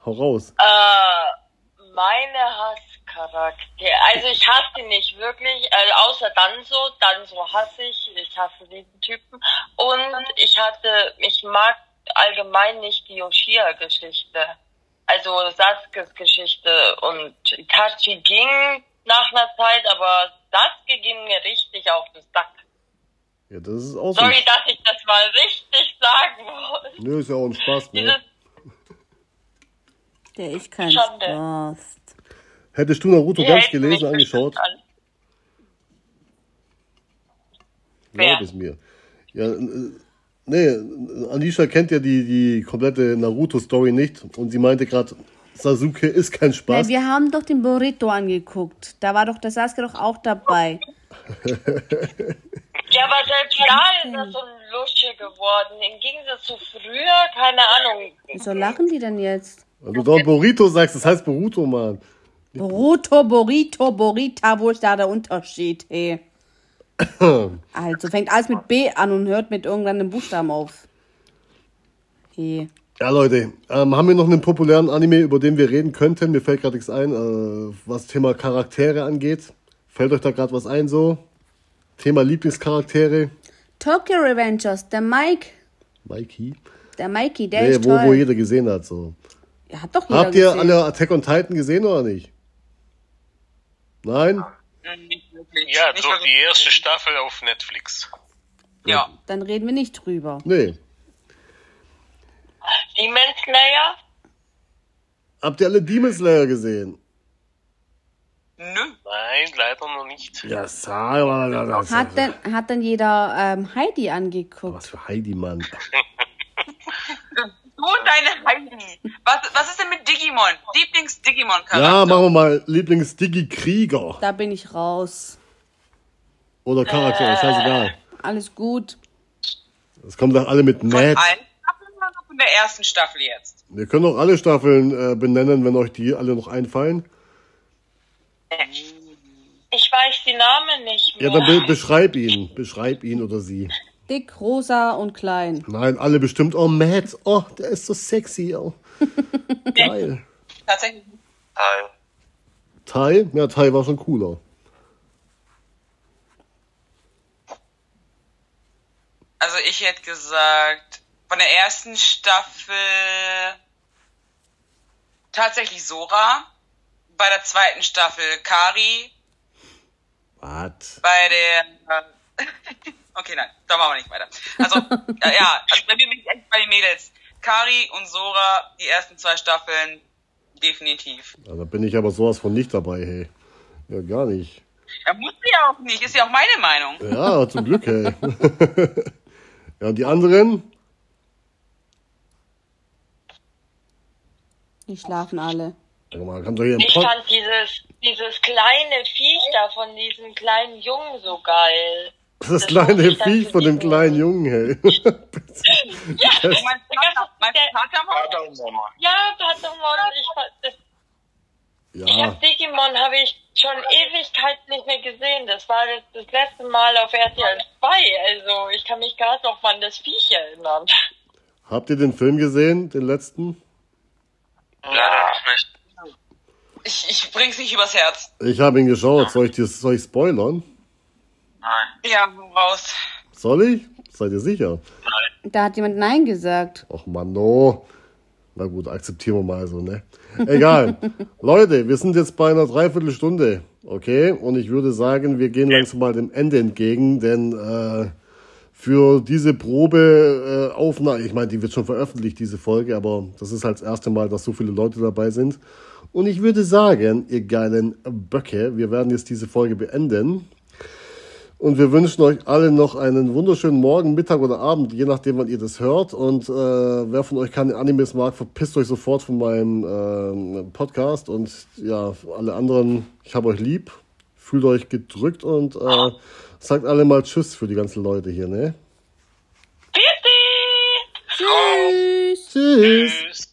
A: hau raus.
F: Äh, meine Hasscharakter. Also ich hasse ihn nicht wirklich, äh, außer Danzo. Danzo hasse ich. Ich hasse diesen Typen. Und ich hatte, ich mag allgemein nicht die Yoshia-Geschichte. Also Sasukes Geschichte und Itachi ging nach einer Zeit, aber Sasuke ging mir richtig auf den Sack.
D: Äh,
A: Ja, das ist auch so.
F: Sorry, dass ich das mal richtig sagen muss.
A: Nö, ist ja auch ein Spaß, ne?
F: Dieses
B: Der ist kein
F: Schande.
B: Spaß.
A: Hättest du Naruto
F: Ihr
A: ganz
F: hält mich
A: gelesen,
D: *laughs*
F: bestimmt
A: angeschaut,
F: an.
A: glaub
F: Wer?
A: es mir. Ja, äh, nee, Anisha kennt ja die, die komplette Naruto-Story nicht und sie meinte gerade, Sasuke ist kein
B: Ja,
A: Spaß.
B: wir haben doch den Burrito angeguckt. Da war doch der Sasuke doch auch dabei.
F: Ja, aber selbst da ist er so ein Lusche geworden. Im Gegensatz zu früher, keine Ahnung.
B: Wieso lachen die denn jetzt?
A: Also Wenn du dort Burrito sagst, das heißt Boruto, Mann.
B: Burrito, Burrito, Burrita, wo ist da der Unterschied?
A: *coughs*
B: Hey. Also fängt alles mit B an und hört mit irgendeinem Buchstaben auf. Hey.
A: Ja, Leute, ähm, haben wir noch einen populären Anime, über den wir reden könnten? Mir fällt gerade nichts ein, äh, was Thema Charaktere angeht. Fällt euch da gerade was ein so? Thema Lieblingscharaktere?
B: Tokyo Revengers, der Mike,
A: Mikey?
B: der Mikey, der
A: Nee,
B: ist
A: wo,
B: toll.
A: wo jeder gesehen hat, so.
B: Ja, Hat doch jeder
A: Habt ihr
B: gesehen.
A: alle Attack on Titan gesehen oder nicht? Nein?
D: hm, Nicht wirklich.
G: Ja,
D: Nicht
G: durch
D: wirklich.
G: die erste Staffel auf Netflix.
D: Ja.
B: Dann reden wir nicht drüber.
A: Nee.
F: Demon Slayer?
A: Habt ihr alle Demon Slayer gesehen?
D: Nö.
G: Nein, leider noch nicht.
A: Ja, sag mal.
B: Hat denn, hat denn jeder ähm, Heidi
A: Was
B: angeguckt?
A: für Heidi, Mann.
D: Du und deine Heidi. Was, was ist denn mit Digimon? Lieblings-Digimon-Charakter.
A: Ja, machen wir mal Lieblings-Digi-Krieger.
B: Da bin ich raus.
A: Oder Charakter, scheißegal.
F: Äh.
B: Alles gut.
A: Es kommen doch alle mit
D: Von
A: Matt.
D: allen Staffeln oder nur von der ersten Staffel jetzt?
A: Wir können auch alle Staffeln äh, benennen, wenn euch die alle noch einfallen.
F: Ich weiß die Namen nicht
A: Ja,
F: mehr.
A: dann be beschreib ihn. Beschreib ihn oder sie.
B: Dick, rosa und klein.
A: Nein, alle bestimmt. Oh, Matt. Oh, der ist so sexy.
F: *laughs*
A: Oh. Geil.
D: Tatsächlich.
E: Teil.
A: Tai? Ja, Tai war schon cooler.
D: Also ich hätte gesagt, von der ersten Staffel tatsächlich Sora. Bei der zweiten Staffel Kari.
A: Was?
D: Bei der... äh, *laughs* Okay, nein, da machen wir nicht weiter. Also, ja, ja, also bei mir bin ich echt bei den Mädels. Kari und Sora, die ersten zwei Staffeln, definitiv.
A: Ja, da bin ich aber sowas von nicht dabei, hey. Ja, gar nicht.
D: Er muss sie ja auch nicht, ist ja auch meine Meinung.
A: Ja, zum Glück, hey. *laughs* ja, und die anderen?
B: Die schlafen alle.
A: Sag mal, kann doch hier ein
F: ich
A: Pod-
F: fand dieses, dieses kleine Viech da von diesem kleinen Jungen so geil.
A: *laughs* Das kleine Viech von dem kleinen Jungen,
F: *laughs*
A: hey.
D: Mein Vater, mein
F: Der-
D: Vater macht
E: Vater und Mama.
F: Ja, Patamon, ich, fand- das- ich
A: Ja,
F: hab Digimon habe ich schon Ewigkeiten nicht mehr gesehen. Das war das, das letzte Mal auf RTL 2. Also ich kann mich gerade noch an das Viech erinnern. *laughs*
A: habt ihr den Film gesehen, den letzten?
E: Leider noch nicht.
D: Ich, ich bring's nicht übers Herz.
A: Ich habe ihn geschaut. Soll ich, dir- soll ich spoilern?
E: Nein.
D: Ja, raus.
A: Soll ich? Seid ihr sicher?
B: Da hat jemand Nein gesagt.
A: Och Mann, no. Na gut, akzeptieren wir mal so, ne? Egal. *laughs* Leute, wir sind jetzt bei einer Dreiviertelstunde, okay? Und ich würde sagen, wir gehen langsam mal dem Ende entgegen, denn äh, für diese Probe äh, Aufnahme, ich meine, die wird schon veröffentlicht, diese Folge, aber das ist halt das erste Mal, dass so viele Leute dabei sind. Und ich würde sagen, ihr geilen Böcke, wir werden jetzt diese Folge beenden. Und wir wünschen euch allen noch einen wunderschönen Morgen, Mittag oder Abend, je nachdem, wann ihr das hört. Und äh, wer von euch keine Animes mag, verpisst euch sofort von meinem ähm, Podcast. Und ja, alle anderen, ich habe euch lieb, fühlt euch gedrückt und äh, sagt alle mal Tschüss für die ganzen Leute hier, ne?
F: Tschüssi!
B: Tschüss.
A: Tschüss.
G: Tschüss.